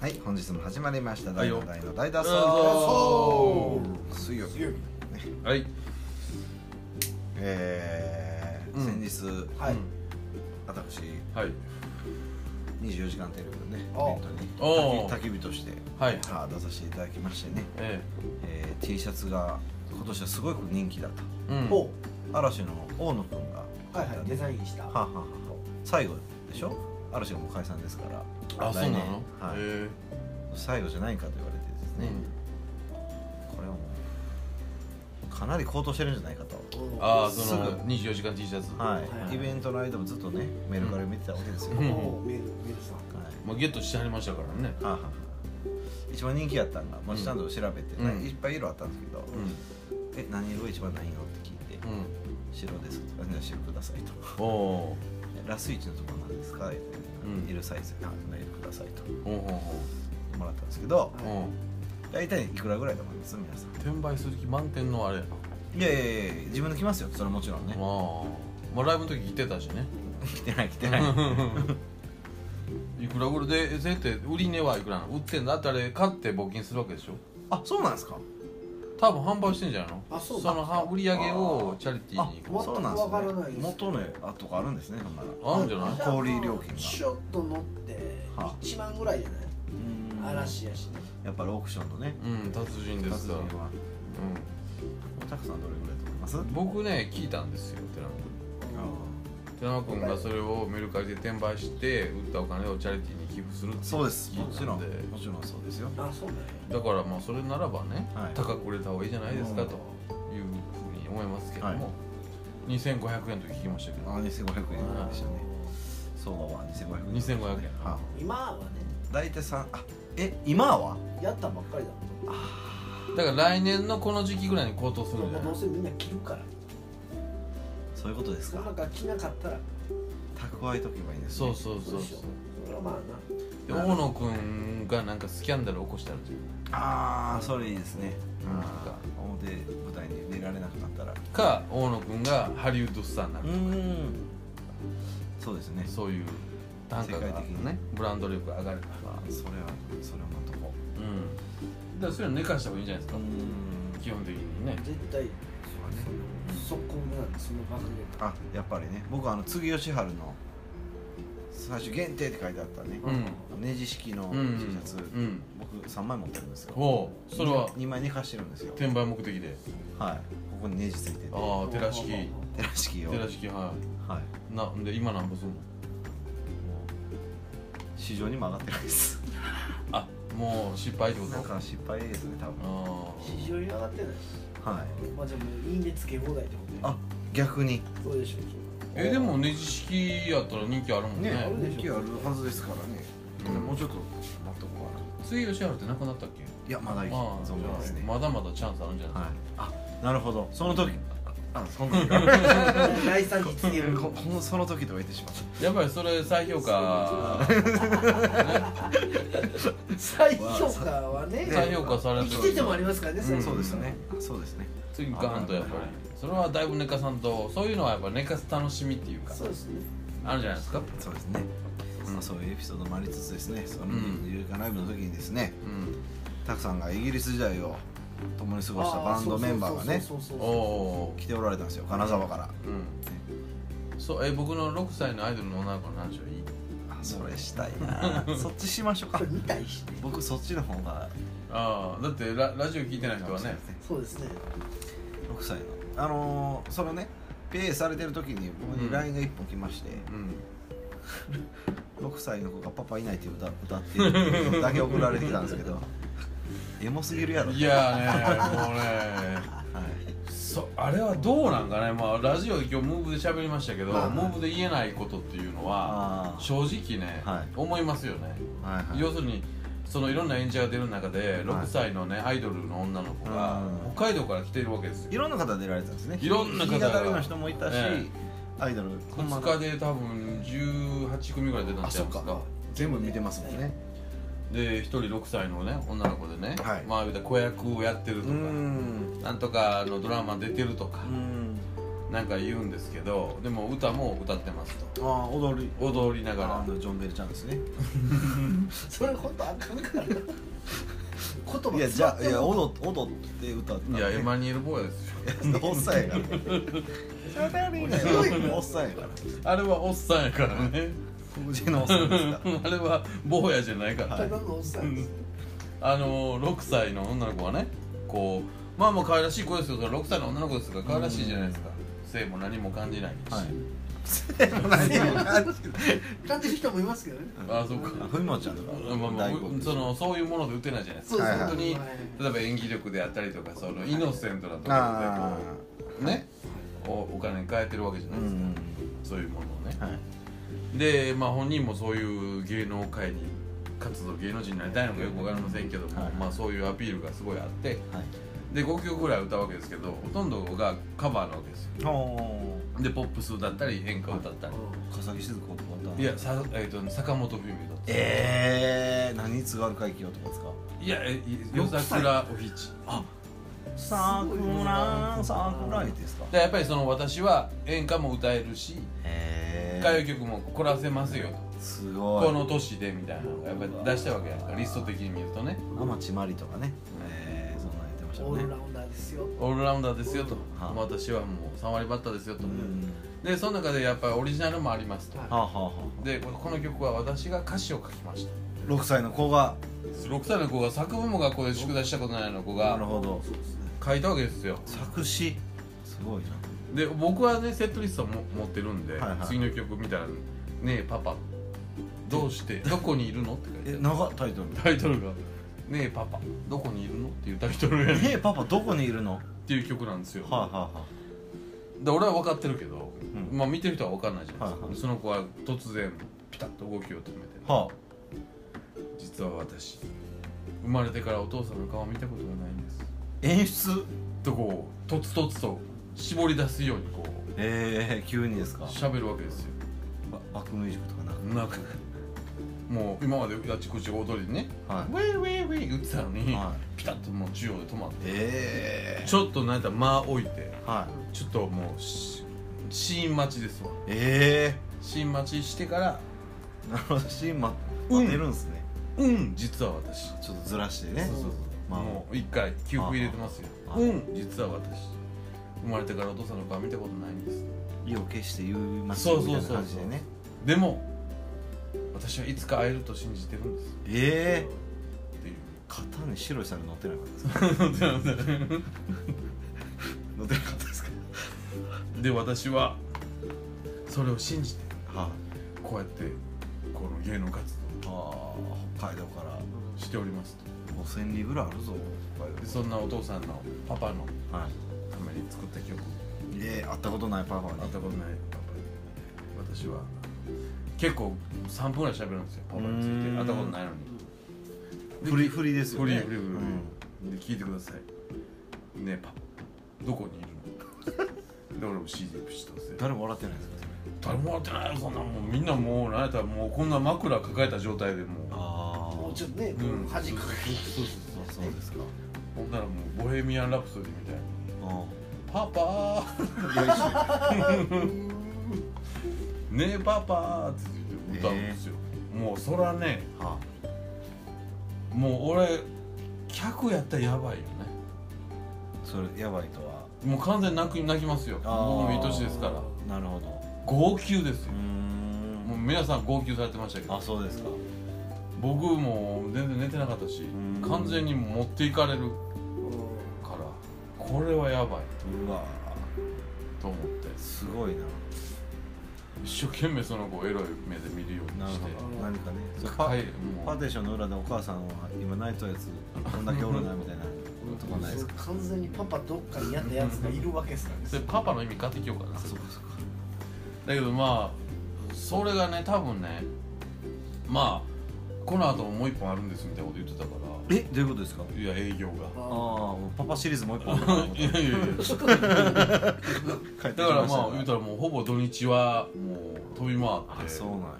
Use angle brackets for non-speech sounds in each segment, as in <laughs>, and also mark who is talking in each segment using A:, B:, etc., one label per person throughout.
A: はい、本日も始まりました。
B: は
A: 大
B: いよ
A: の大の大脱走
B: 脱走
A: 水曜日。ね
B: はい
A: えー
B: うん
A: 先日、
C: はい。
A: 私、
B: はい
A: 24時間テレビのね、イベン
C: あ
A: トに
B: おー
A: 焚き焚き火として、
B: はい
A: あ出させていただきましてね、
B: え
A: えー T シャツが今年はすごく人気だと。
B: えうん
C: ほ
A: 嵐の大野くんが、
C: う。はいはい。デザインした。
A: はあはあはあ最後でしょ嵐がもう解散ですから。
B: あそうな
A: 来
B: の
A: 年はい
B: え
A: 最後じゃないかと言われてです
B: え
A: ね、これはもうかなり高騰してるんじゃないかと、
C: うん
B: ああ
A: すぐ
B: その24時間 T シャツ
A: はい
C: はい
A: イベントの間もずっとねメルカリ見てたわけですよ、
B: う
A: はい
B: ん
C: もうメールメールさん。
B: まあゲットしてはりましたからね
A: はあはあ一番人気やったんが、まあ、スタンドを調べて、
B: うん
A: いっぱい色あったんですけど「
B: う
A: え何色が一番ないの?」って聞いて
B: んうん
A: 「白です」とか「じゃあ白ください」と <laughs>
B: おお
A: 「ラスイチのところなんですか?」って
B: う
A: 「
B: ん
A: 色サイズあの色ください」と
B: おお
A: もらったんですけど
B: おお
A: 大体いくらぐらいだと思います皆さん
B: 転売する気満点のあれ
A: いやいやいや自分で来ますよそれはもちろんね
B: まあまあライブの時着てたしね
A: 来てない来てない
B: <laughs> いくらぐらいでせって売り値はいくらなの売ってんだってあれ買って募金するわけでしょ
A: あそうなんですか
B: 多分販売してんじゃないの
C: あそう
B: そのは売り上げをチャリティーに
C: もっと
A: そうなん
C: わからない
A: で
C: です
A: ね
C: す
A: 元のあとかあるんですねほんなら
B: あるんじゃない
A: 小売料金が
C: ちょっと乗って
A: は
C: 一万ぐらいじゃない？
A: うん
C: 嵐やしね。
A: やっぱりオークションのね
B: うん達人で
A: 達
B: す
A: 人
B: わ
A: はたくさんどれぐらいだと思います
B: うん僕ね聞いたんですよ寺野君寺野君がそれをメルカリで転売して売ったお金をチャリティーに寄付するって
A: そうです
B: 聞い
A: もち
B: た
A: ろん
B: で
A: もちろんそうですよ
C: あそうなんや。
B: だからまあそれならばね、
A: はい
B: 高く売れた方がいいじゃないですか
A: うん
B: というふうに思いますけども、
A: は
B: 2500円と聞きましたけ
A: あ
B: ど
A: 2500円でしたね相場は2500円
B: 2500円
A: は
C: 今はね
A: 大体3あえ今は
C: やったばっかりだもん。
B: だから来年のこの時期ぐらいに高騰するんじゃ
C: も
B: な
C: う
B: い
C: ど
B: う
C: せみんな着るから。
A: そういうことです
C: その
A: か
C: 中着なかったら
A: 蓄えとけばいいんですね
B: そうそう
C: ど
B: そうう
C: しよ
B: そう
C: う。それはまあな。
B: で大野君がなんかスキャンダル起こしたらしい
A: ああそれいいですね
B: うん
A: あー表舞台に出られなくなったら
B: か大野君がハリウッドスターになる
A: んそうですね
B: そういう単価
A: 世
B: が
A: 界的にね
B: ブランド力が上がるから
A: あそれはそれはまとこ
B: うんだからそういうの寝かした方がいいんじゃないですか、
A: ん
B: 基本的にね
C: 絶
A: そ
C: 対
A: うね
C: 速攻なんでその爆
A: あやっぱりね僕はあの次吉春の最初限定って書いてあったね、
B: うん
A: ネジ式の
B: うん
A: T シャツ、
B: うん
A: 僕3枚持ってるんですよ
B: おうそれは
A: 2枚寝かしてるんですよ
B: 転売目的で
A: はいここにネジついてて
B: ああ寺敷
A: 寺式を
B: 寺敷はい
A: はいも
B: なんで今なんぼするの
A: う市場にも上がってないです
B: あもう失敗ってこ
A: なん
B: とあ
A: か失敗ですね多分
B: あ
C: 市場に上がってない。
A: はい
C: まあじゃあもういいねつけ放題ってことね。
A: あ逆に
C: そうでしょう。
B: えでもネジ式やったら人気あるもんね
C: あるでしょ
A: 気あるはずですからね、
B: うん
A: もうちょっと待っとこうかな
B: 次吉原ってなくなったっけ
A: いやまだいい
B: ああ
A: 存分ですね
B: まだまだチャンスあるんじゃない
A: はい、あなるほどその時あその時 <laughs> か
C: 第三実現
A: ここのその時と言ってしまっ
B: やっぱりそれ再評価
C: 再評価はね
B: 再評価され
C: 生
B: る
C: きててもありますからね、
B: うん
A: た、
C: 最初
A: そうですねあそうですね
B: 次ガーンとやっぱりそれはだいぶ寝かさんとそういうのはやっぱ寝かす楽しみっていうか
C: そうですね
B: あるじゃないですか
A: そうですね、まあ、そういうエピソードもありつつですねその有価ライブの時にですね
B: うん
A: たくさんがイギリス時代を共に過ごしたバンドメンバーがね
C: そうそうそう
B: お
C: そう
B: お
A: 来ておられたんですよ金沢から
B: ーうんそうえ僕の6歳のアイドルの女の子の話はいい
A: あそれしたいな <laughs> そっちしましょうか
C: これ見たいしね
A: 僕そっちの方が
B: ああだってララジオ聞いてない人はね
C: そうですね
A: 6歳のあのー、そのねペイされてる時に僕
B: う
A: に
B: ん
A: LINE が1本来まして、
B: うん
A: 6歳の子が「パパいない」っていう歌歌ってるっていうのだけ送られてきたんですけど <laughs> エモすぎるやろ
B: いやーねもうね
A: はい
B: そあれはどうなんかね、まあ、ラジオで今日ムーブで喋りましたけど、
A: はい
B: ムーブで言えないことっていうのは
A: あー
B: 正直ね、
A: はい
B: 思いますよね、
A: はいはい
B: 要するにそのいろんな演者が出る中で6歳のね、アイドルの女の子が
A: うん
B: 北海道から来てるわけですよ
A: いろんな方出られたんですね
B: いろんな方が
A: 弾き語りの人もいたし、
B: え
A: アイドルほんま
B: 2日で多分18組ぐらい出たん
A: あ
B: ちゃ
A: そ
B: い
A: っ
B: ます
A: か
B: か
A: 全部見てますもんね
B: で1人6歳のね女の子でね、
A: はい
B: まあ言うたら子役をやってる
A: う
B: と
A: ー
B: か
A: ん
B: なんとかのドラマ出てるとか
A: うーん
B: なんか言うんですけどでも歌も歌ってますと
A: ああ踊り
B: 踊りなが
A: あ
B: ら
A: のジョンベルちゃんですね
C: それ本当あかんからな言葉
A: いやじゃあいや
C: お
A: 踊踊って歌って
B: いやエ
A: 今
B: マニュエル・ボーヤです
A: <laughs>
B: よ
A: おっさんやから <laughs> おっさんやから
B: あれはおっさんやからね
A: 黒人のおっさんですから
B: <laughs> あれは坊やじゃないから、
C: ただのおっさんです
B: あの6歳の女の子はねこうまあまあ可愛らしい子ですよそれ6歳の女の子ですから可愛らしいじゃないですか性も何も感じないし、
A: はい
C: 歌ってる人もいますけどね
B: あそうか
A: ふみもちゃんとか
B: まあまあ
A: 大悟
B: そのそういうもので打てないじゃないです
C: そう
B: か、
C: そう
A: はいはい
B: 本当に
C: はい
B: 例えば演技力であったりとかそのイノセントなとこ
A: あ
B: ろでこうねおお金に変えてるわけじゃ
A: あう
B: ないですか、
A: ん
B: そういうものをね
A: はい
B: でまあ本人もそういう芸能界に活動芸能人になりたいのかよくわかりませんけども、
A: はい
B: まあそういうアピールがすごいあって
A: はい
B: で5曲ぐらい歌うわけですけどほとんどがカバーなわけですよ
A: お
B: でポップスだったり演歌歌ったり
A: 笠木静子とか歌うの
B: いやさ、えー、と坂本冬美だった
A: えー何津軽海峡とかですか
B: いやえ夜桜おひちあ
A: さ
C: ごい
A: く
C: な
A: らさくらえですか
B: でやっぱりその私は演歌も歌えるし
A: へ
B: 歌謡
A: え
B: 曲も凝らせますよと
A: すごい
B: この年でみたいなのがやっぱり出したわけじゃないですかリスト的に見るとね
A: 天地真理とかねえーそんなん言ってました
C: オール
A: ね
C: ラウンダーですよ
B: オールラウンダーですよと
A: はあ
B: 私はもう3割バッターですよと
A: うん
B: でその中でやっぱりオリジナルもありますと
A: はあはあはあ
B: でここの曲は私が歌詞を書きました
A: 6歳の子が
B: 6歳の子が作文も学校で宿題したことないの子
A: な
B: が
A: るほど
C: そうですね
B: 書いたわけですよ
A: 作詞すごいな
B: で僕はねセットリストも持ってるんで、
A: はいはい
B: 次の曲見たら「ねえパパどうしてどこにいるの?」って書いて
A: え
B: ある
A: 長いタイトル
B: タイトルが「ねえパパどこにいるの?」っていうタイトルやね
A: ねえパパどこにいるの
B: っていう曲なんですよ、
A: はいはいはい
B: で俺は分かってるけど、
A: うん
B: まあ見てる人は分かんないじゃないです
A: は
B: か、
A: いはい
B: その子は突然ピタッと動きを止めて、
A: は
B: 実は私生まれてからお父さんの顔を見たことがないんです
A: あ演出
B: とこうとつとつと絞り出すようにこう
A: えー、急にですか
B: 喋るわけですよ
A: ババックミュージックとかなく
B: なんかもう今まであちこち踊りでね、
A: は
B: ウェイウェイウェイ言ってたの
A: い、
B: に、
A: はい、
B: ピタッともう中央で止まって
A: え
B: ちょっとなんか間置いて
A: ー、はい
B: ちょっともうしシーン待ちですわ
A: え
B: シーン待ちしてから
A: ー、なるほどシーン待
B: う
A: っ
B: ん
A: てるんですね、
B: 「うん実は私」
A: ちょっとずらしてね
B: そうそうそう、
A: まあ
B: もう一回記憶入れてますよ
A: あ
B: 「
A: あ
B: うん実は私」生まれてからお父さんの顔見たことないんです
A: 意を決して言います
B: そう
A: み
B: そ
A: た
B: う
A: い
B: そう
A: な感じでね
B: でも私はいつか会えると信じてるんです
A: え
B: っていう
A: ー、肩に白い猿乗ってなかったですか乗ってなかったで
B: <laughs>
A: すか <laughs>
B: で私はそれを信じて
A: はい、
B: こうやってこの芸能活動
A: あー北海道から
B: をしておりますと
A: 5000里ぐらいあるぞ北海
B: でそんなお父さんのパパの
A: 道はい
B: ために作った曲
A: えー、会ったことないパパに
B: 会ったことないパパに私は結構3分ぐらい喋るんですよパパにつ
A: う
B: い
A: ー
B: て
A: ん
B: 会ったことないのに
A: フリフリですよ
B: フリ
A: ね
B: ーフリーフリーで聞いてくださいねえパパどこにいるの <laughs> で俺も CD プシッと押せ
A: 誰も笑ってないですか
B: 誰も笑ってないよそんなもうみんなもうなんやったらもうこんな枕抱えた状態でもう
A: ああ
C: もうちょっとね、
B: うん
C: 恥かけ
B: そうそうそう
A: そうですか
B: ほんならもうボヘミアン・ラプソディみたいな
A: あ
B: 「パパー
A: あ
B: ねえパパー」って言って歌うんですよ、もうそらね
A: は
B: もう俺客やったらやばいよね
A: それやばいとは
B: もう完全に泣く泣きますよ僕
A: あー
B: もいい年ですから
A: なるほど
B: 号泣です
A: うー
B: よもうん皆さん号泣されてましたけど
A: あそうですか
B: 僕も全然寝てなかったし
A: ん
B: 完全に持っていかれるからこれはやばいう
A: わ
B: と思って
A: すごいな
B: 一生懸命その子をエロい目で見るよう
A: な
B: に
A: る
B: して
A: ほど何かねそれパ,、
B: はい
A: パ
B: も
A: ーテーションの裏でお母さんは今泣いたやつこんだけおるなみたいなことがないです
B: <laughs>
A: か
C: 完全にパパどっかにやったやつがいるわけですから
B: う
C: ね
B: それパパの意味買ってきようかな
A: あそうかそうか
B: だけどまあそれがね多分ねまあこの後ももう一本あるんですみたいなこと言ってたから
A: えどういうことですか
B: いや営業が
A: ああ
C: あ
A: もうパパシリーズもう一本書
B: <laughs> いやいやいや
A: いてき
B: <laughs> だから
A: ました
B: まあ言うたらもうほぼ土日はもう飛び回
A: あそう
B: っ
A: なんや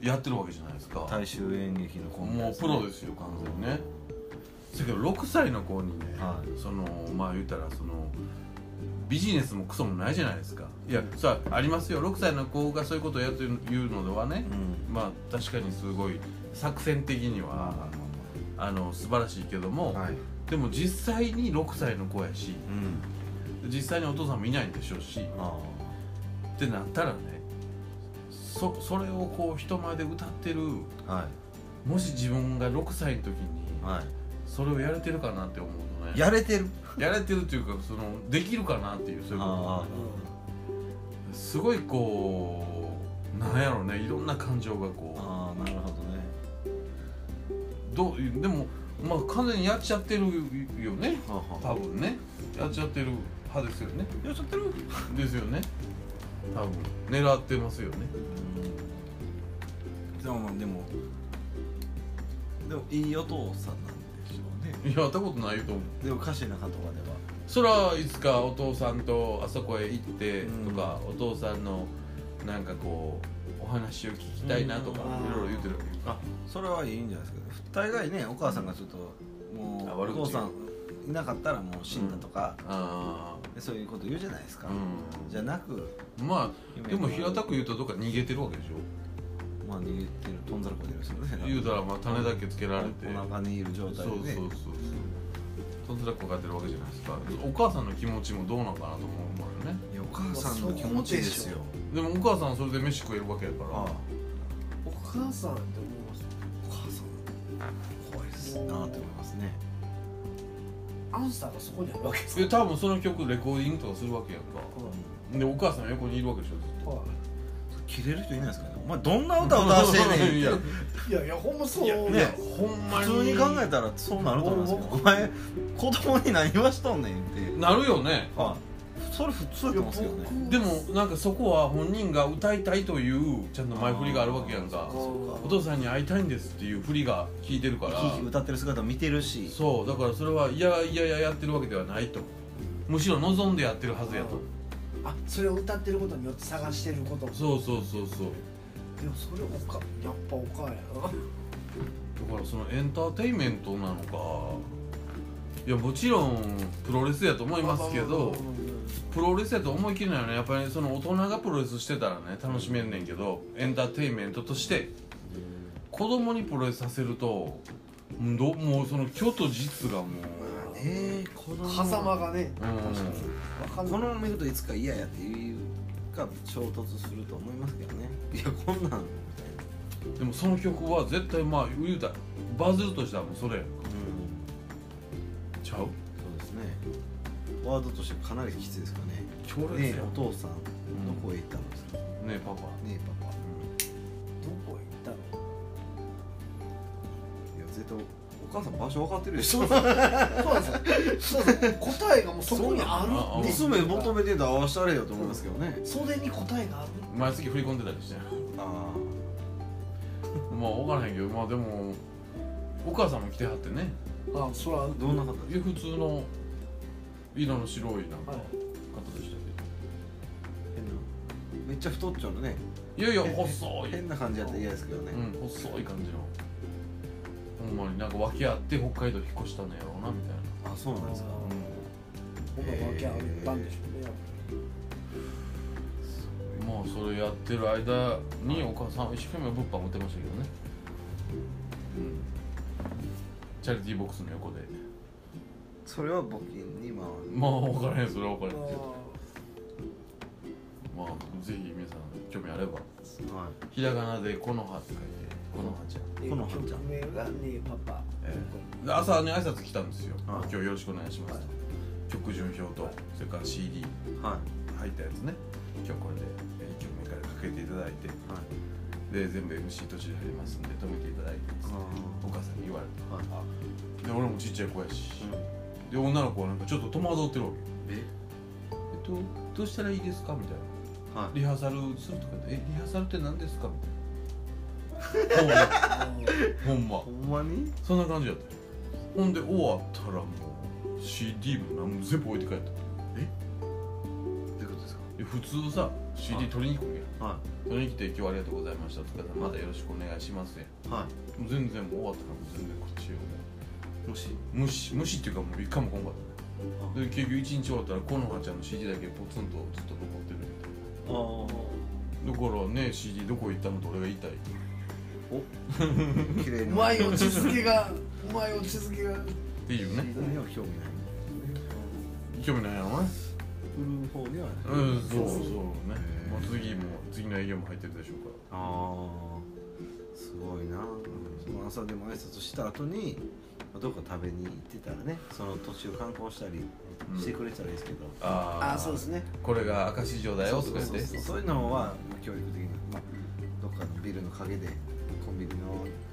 B: てやってるわけじゃないですか
A: 大衆演劇のコンビ
B: もうプロですよ完全にねだけど6歳の子にね、
A: は
B: そのまあ言うたらそのビジネスもクソもないじゃないですかいやさありますよ6歳の子がそういうことをやるというのではね、
A: うん
B: まあ確かにすごい作戦的には、あの素晴らしいけども、
A: はい
B: でも実際に6歳の子やし
A: うん
B: 実際にお父さんもいないんでしょうし
A: ああ
B: ってなったらねそそれをこう人前で歌ってる
A: は
B: もし自分が6歳の時に
A: いは
B: それをやれてるかなって思うと
A: い
B: ね
A: やれてる
B: やれてるっていうかそのできるかなっていうそういうこ
A: あ
B: とすごいこうなんやろねいろんな感情がこう
A: ああなるほどね
B: どうでもまあ完全にやっちゃってるよね
A: はは
B: 多分ねやっちゃってる派ですよねやっちゃってるですよね多分狙ってますよね
A: うんでもまあでもでもいいお父さんなんでしょうね
B: いややったことないと思う
A: でも歌詞の中とかでは
B: そらいつかお父さんとあそこへ行ってとか、お父さんのなんかこうお話を聞きたいなとか
A: うん
B: いろいろ言ってるわ
A: あそれはいいんじゃないですか大概ねお母さんがちょっと
B: あ
A: も
B: 悪
A: う
B: 口
A: お父さんいなかったらもう死んだとか、
B: あ
A: そういうこと言うじゃないです
B: あ
A: か、
B: う
A: じゃなく
B: んまあ
A: 夢
B: でも
A: 叶える
B: 平たく言うとどっか逃げてるわけでしょ
A: まあ逃げてるとんざらこでるんですよね
B: 言うたらまあ種だけつけられて
A: お腹にいる状
B: そう
A: 態
B: そう
A: でね
B: そうそうとんずらくかかってるわけじゃないですかお母さんの気持ちもどうなのかなとも思うよね
A: いやお母さんの気持ちですよ
B: でもお母さんはそれで飯食えるわけやから
A: ああ
C: お母さんって思います
A: お母さん怖いですなあって思いますね
C: アンサーがそこにあるわけです
B: で多分その曲レコーディングとかするわけやんか
C: か
B: でお母さんは横にいるわけでしょずっと
C: は
A: 切れる人いないですかねお前どんな歌歌わしてんねん
B: <laughs> い
A: っ
B: や
A: て
C: いいやいやほんまそう
B: いや
A: ね
B: ほんまに
A: 普通に考えたらそうなると思いますけどお前子供に何言わしとんねんって
B: なるよね
A: はいそれ普通だと思うんですけどね
C: いや僕
B: でもなんかそこは本人が歌いたいというちゃんと前振りがあるわけやんか
C: そうか
B: お父さんに会いたいんですっていう振りが聞いてるか
A: 生き生き
B: ら
A: 歌ってる姿見てるし
B: そうだからそれはいやいやいややってるわけではないとむしろ望んでやってるはずやと
C: あそれを歌ってることによって探してることで
B: そうそうそうそう
C: もそれおかやっぱおかんやな
B: だからそのエンターテインメントなのかいやもちろんプロレスやと思いますけどプロレスやと思い切れないよねやっぱりその大人がプロレスしてたらね楽しめんねんけどエンターテインメントとして子供にプロレスさせるとうんどもうその虚と実がもう
A: えー、子供
C: 狭間がね
B: ん
C: 確かに分
A: こ
C: かんない
A: のまま見るといつか嫌やっていうか衝突すると思いますけどねいやこんなん
B: でもその曲は絶対まあ言うたらバズるとしたらもうそれ
A: うん
B: ちゃう
A: そうですねワードとしてかなりきついですかね
B: 強
A: ね
B: 烈
A: え
B: や
A: お
B: ん
A: 父さんどこへ行ったのですかね
B: ねえパパ
A: えパパ
C: どこへ行ったの
A: いや絶対お母さん場所分かってるでし
C: そ
A: ょ
C: うなんですよそうなんですよ答えがもうそこにあるんですよ
A: 娘求めてたら合わしたれよと思いますけどね
C: 袖に答えがある
B: 毎月振り込んでたりして <laughs>
A: あ
B: まあ分からへんけどまあでもお母さんも来てはってね
C: あそれは
A: あどんな方
B: いや普通の色の白いなんか
C: はい
B: 方でしたけど
A: 変なめっちゃ太っちょのね
B: いやいや細い、
A: 変な感じやったら嫌ですけどね、
B: うん、細い感じのほんまになんか訳あって北海道引っ越したんやろうなみたいな
A: あそうなんですか
C: 僕は訳あったんでしょうね
B: まあそれやってる間にお母さんは一生懸命物販売ってましたけどねうんチャリティーボックスの横で
A: それは募金に回る
B: まあ分からへんそれは分
C: あ
B: からへんまあぜひ皆さん興味あれば
A: は
B: ひらがなで「この葉」って書いて「この葉ちゃん」
C: ー
A: このはんちゃん
C: 曲名がねえパパ
B: ええで朝ね挨拶来たんですよ「
A: ああ
B: 今日よろしくお願いします」と曲順表とそれから CD
A: いは
B: 入ったやつね今日これでえー曲目からかけていただいて
A: いはい
B: で全部 MC 途中で入りますんで止めていただいて
A: あ
B: お母さんに言われ
A: あはい
B: てで俺もちっちゃい子やし、
A: うん
B: で女の子はなんかちょっと戸惑ってるわけ
A: え
B: えっとどうしたらいいですかみたいな
A: は
B: リハーサルするとかでえリハーサルって何ですかみたい <laughs> なほんまほんま
A: いんまに
B: そんな感じやったよほんで終わったらもう CD も何も全部置いて帰った
A: ってことです
B: で普通さ CD 取りに行くんや
A: かは
B: 取りに来て今日はありがとうございましたとかさまだよろしくお願いしますやん
A: いは
B: もう全然もう終わったからもう全然こっちをも
A: いもし
B: う無視無視っていうかもう一回も来んかったねで結局一日終わったらコノハちゃんの CD だけポツンとずっと残ってる
D: あ
B: み
D: ー
B: たいなだからね CD どこ行ったのと俺が言いたい
A: 綺麗
C: う
A: な
C: まい落ち着けがうまい落ち着け
B: っ
C: が
B: ていうね
A: それには興味ない
B: 興味ないやろね
D: 売る方ではない
B: うんそうそうね
A: へー
B: まあ次も次の営業も入ってるでしょうか
A: あ
B: ら
A: あすごいな、その朝でも挨拶した後にまあどっか食べに行ってたらねその途中観光したりしてくれてたらいいですけど、
B: あ
C: ああそうですね
B: これが赤市場だよとか言って
A: そうそういうのは教育的に、まあ、どっかのビルの陰でコンビニの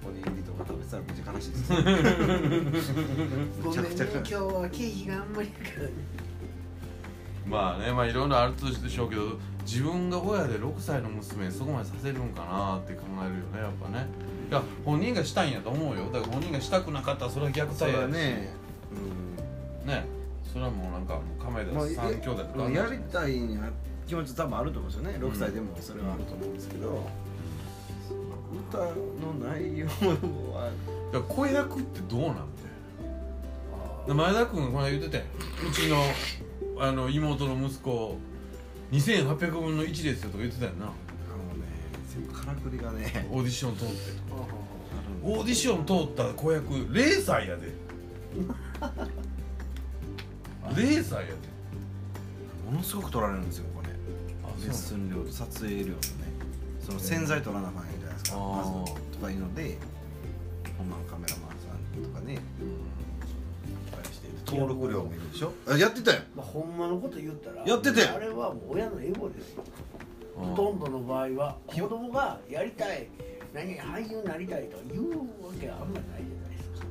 A: おにぎりとか食べてたらめっちゃ悲しいです
C: ご
A: めち
C: め
A: ゃ
C: んね
A: くちゃ
C: 今
A: 悲し
C: 日
A: い
C: は経費があんまりだからね
B: まあねまあいろいろあるでしょうけど自分が親で6歳の娘にそこまでさせるんかなって考えるよねやっぱねいや本人がしたいんやと思うよだから本人がしたくなかったらそれは虐待
A: そう
B: や
A: だ
B: し
A: ね
B: ねそれはもうなんかもう亀田
A: まあ
B: 三兄弟とか
A: うんやりたい気持ち多分あると思うんですよね6歳でもそれはあると思うんですけど、歌の内容は
B: だから子役ってどうなんだよ前田君がこの間言ってたやんうちのあの妹の息子2800分の1ですよとか言ってたよな
A: あのね全部からくりがね
B: オーディション通って
A: あるん
B: オーディション通った子役0歳やで0歳やで
A: ものすごく取られるんですよこれ
B: あ
A: レッスン料と撮影料とねその洗剤取らなあかんやんじゃないですか
B: あ
A: ま
B: ー
A: ずとかいうのでほんまカメラマンさんとかねいっぱいして登録料もいるでしょあやってたよ
C: まあ、ほんまのこと言ったら
A: やってたよ
C: あれはもう親のエゴですよ
B: うん
C: ほとんどの場合は子供がやりたい何俳優になりたいと言うわけはあんまりないじゃないですか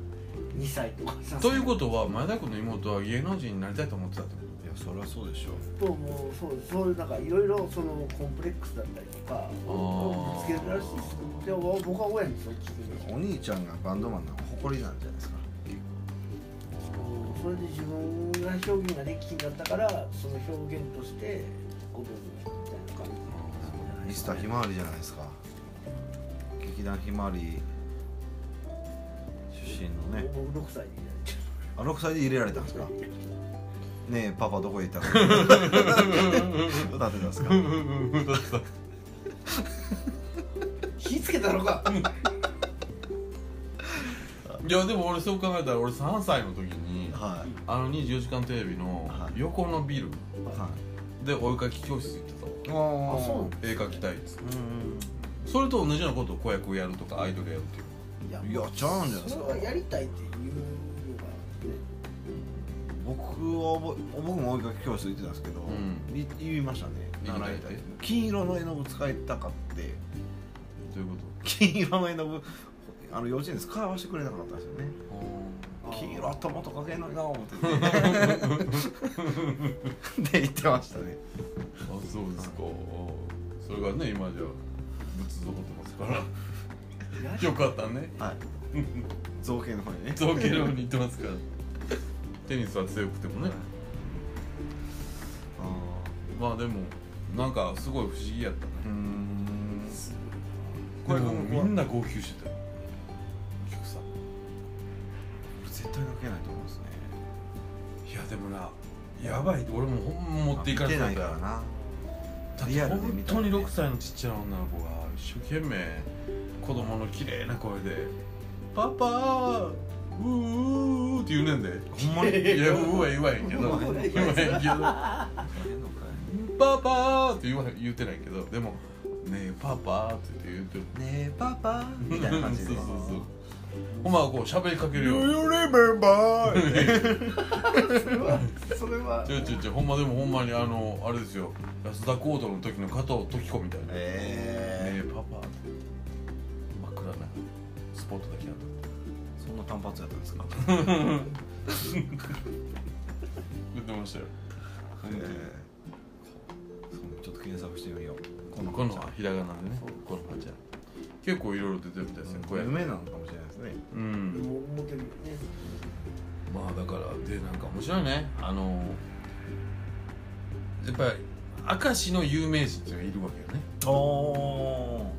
C: 2歳とか3歳
B: ということは前田君の妹は芸能人になりたいと思ってたってこ
A: いやそりゃそうでしょ
C: ともうそうそういうなんかいろいろそのコンプレックスだったりとかをぶつけるらしいですでも僕は親にそう聞く
A: お兄ちゃんがバンドマンなの誇りなんじゃないですか
C: それで自分が表現ができんかったからその表現としてごめんみたいな感じ
A: ミスターひまわりじゃないですか劇団ひまわり出身のね
C: 僕6歳になっちゃ
A: あ6歳で入れられたんですかねえパパどこへ行
B: <laughs>
A: ったの歌ってたんですか
B: と
C: う火つけたのか
B: いやでも俺そう考えたら俺3歳の時に
A: はい
B: あの『24時間テレビ』の
A: はい
B: 横のビル
A: は
B: でお絵描き教室行ってたわ
A: いあ
C: あそうなん
B: 絵描きたいっつって
A: うん
B: それと同じようなことを子役やるとかアイドルやるっていう
C: いや
A: いやちゃうんじゃないです
C: そ
A: か
C: れはやりたいっていうのがね
A: 僕は覚え僕も追いかけ教室行ってたんですけど、
B: うん
A: い言いましたね
B: 言いましたね
A: 金色の絵の具使いたかって
B: どういうこ
A: 金色の絵の具あの幼稚園で使わせてくれなかったんですよね
B: と
A: 黄色頭とかけんのにな思 <laughs> っててで言ってましたね
B: あそうですかそれがね今じゃ仏像持ってますから <laughs>
C: や
B: よかったね
A: はい造形の方にね
B: 造形料に行ってます <laughs> からテニスは強くてもね
A: あー
B: まあでもなんかすごい不思議やったね
A: うーん
B: これ
A: でも
B: みんな号泣してたよお客さん
A: 絶対泣けないと思うんですね
B: いやでもなやばいって俺もうほんま持っていかれ
A: 見
B: て
A: て
B: た
A: なんいか
B: だよ
A: らな
B: だって
A: リアルで
B: 本
A: 見た
B: 当に6歳のちっちゃな女の子が一生懸命子供の綺麗な声で「パパーうーうーうー」って言うねんで
A: ほんまに <laughs>
B: いやうーは言わへんけど
A: うーは
B: 言わへんけどパパーって言わ言ってないけどでも「ねえパパー」って言って言って
A: ねえパパみたいな感じで
B: <laughs> そうそうそうほんまはこう喋りかけるよ
A: remember? <laughs>
C: それはそれは
B: ちょいちょいちょいほんまでもほんまにあのあれですよ安田講堂の時の加藤時子みたいな「ね
A: え
B: えパパ」って真っ暗なスポットだけあった
A: えそんな単発やったんですか
B: 言ってましたよ
A: ええちょっと検索してみようこの
B: このはひらがなでねこのはじゃ結構いろいろ出てるみたいですねこれ
A: 夢なのかもしれないですね
B: うん
C: もう思ってるよね
B: まあだからでなんか面白いねあのやっぱり明石の有名人っていうのがいるわけよね
A: お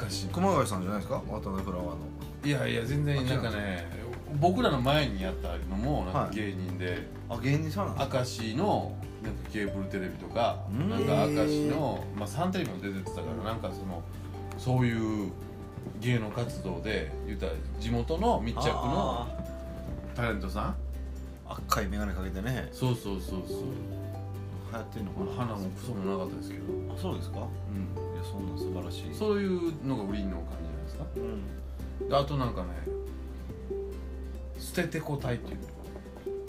B: 明石の
A: 熊谷さんじゃないですか渡辺フラワーの
B: いやいや全然なんかね僕らの前にやったのもなんか
A: はい
B: 芸人で、
A: あ芸人さんなんですか
B: 明石のなんかケーブルテレビとか
A: うん
B: なんか明石の、まあ、サンテレビも出てたからなんかそのそういう芸能活動で言ったら地元の密着の
A: あ
B: タレントさん
A: ー赤い眼鏡かけてね
B: そうそうそうそ
A: 流
B: う
A: 行ってんのかな
B: 花もクソもなかったですけど、う
A: あそうですかい
B: ん、
A: やそんな素晴らしい
B: そういうのが売りの感じじゃないですか
A: うん
B: であとなんかね捨ててこ隊っていう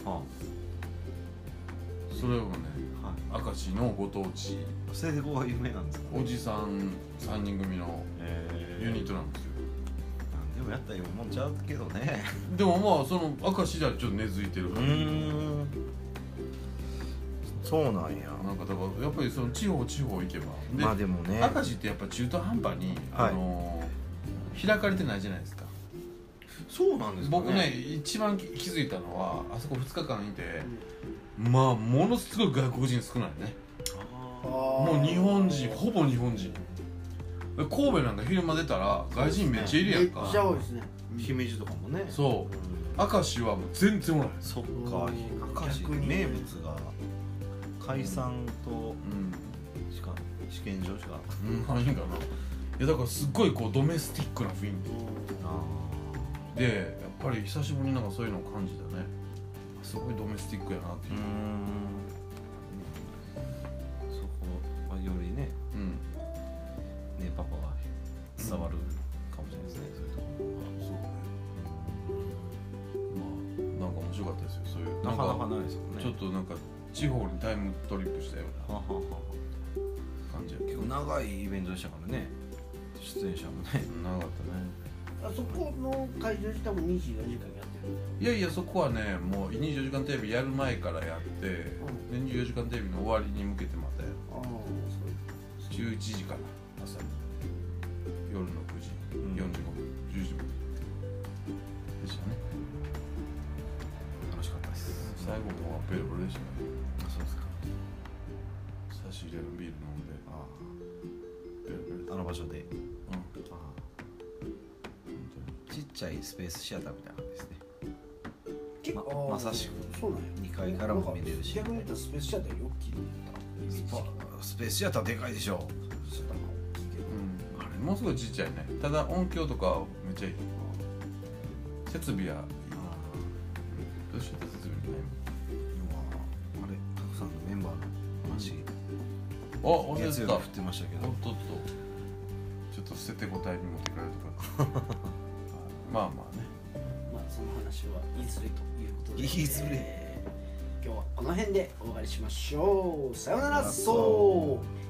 A: は
B: それをね
A: あはい
B: 明石のご当地
A: それでこう有名なんですか
B: おじさん3人組の
A: えー
B: ユニットなんですよ
A: なんでもやったらいいもんちゃうけどね
B: でもまあその明石ではちょっと根付いてる
A: う
B: から、
A: んそうなんや
B: なんかだからやっぱりその地方地方行けばで、
A: まあでもね
B: 明石ってやっぱ中途半端に、
A: はい
B: あのー開かれてないじゃないですか
A: そうなんですかね
B: 僕ね一番き気づいたのはあそこ2日間いてまあものすごい外国人少ないね
A: あ
B: も
C: も
B: う日本人ほぼ日本人神戸なんか昼間出たら外人めっちゃいるやん
C: めっちゃ
B: か
C: 多いですね
A: ー姫路とかもね
B: そううん明石はもう全然おらへん
A: そっか
C: うん
A: 明石
C: 逆に
A: 名物が解散としか試験場しか
B: うん、うん、何かないやだからすっごいこうドメスティックな雰囲
A: ああ
B: 気でやっぱり久しぶりになんかそういうのを感じたねすごいドメスティックやなっていう
A: ーんそこはよりね
B: うん、
A: ねパパは伝わるかもしれないですね、そういうとこ
B: そうねまあなんか面白かったですよそういう
A: なかなか
B: んか
A: ないですよね
B: ちょっとなんか地方にタイムトリップしたよう
A: ははは
B: な感じやけ
A: 結
B: ど
A: 構長いイベントでしたからね出演者もね
B: 長かったね
C: あそこの会場自体も24時間やってる
B: いやいやそこはねもう24時間テレビやる前からやって、で24時間テレビの終わりに向けてまたやる
C: ああ
B: 11時から朝に夜の9時、
A: うん
B: 45分10時まででしたね
A: 楽しかったです
B: 最後もうベロベロでしたね
A: あそうですか
B: 差し入れのビール飲んで
A: あ
B: ベロベロで
A: ああの場所で
B: うん本
A: あ
B: 当に
A: あちっちゃいスペースシアターみたいな感じですね
C: 結
A: ま
C: 構
A: まさしく
C: そうなんや
A: 二階からも見れるし
C: 逆に言ったらスペースシアターよく聞いて
A: スパスペースシアターでかいでしょ
C: シアターも大きいけど
B: うん、あれもうすごいちっちゃいねただ音響とかめっちゃいい設備はどうしよう設備ない
A: 今あれたくさんのメンバーの話、
B: あ忘れ
A: 月
B: て
A: 曜日
B: たお
A: 降
B: っ
A: ってましたけ
B: と
A: ど
B: っとちょっと捨てて答えに持ってかれるとかまあまあね
C: まあその話はいずれということで
A: いずれ
C: えー今日はこの辺でお別れしましょうさよなら
A: さよなら
C: そう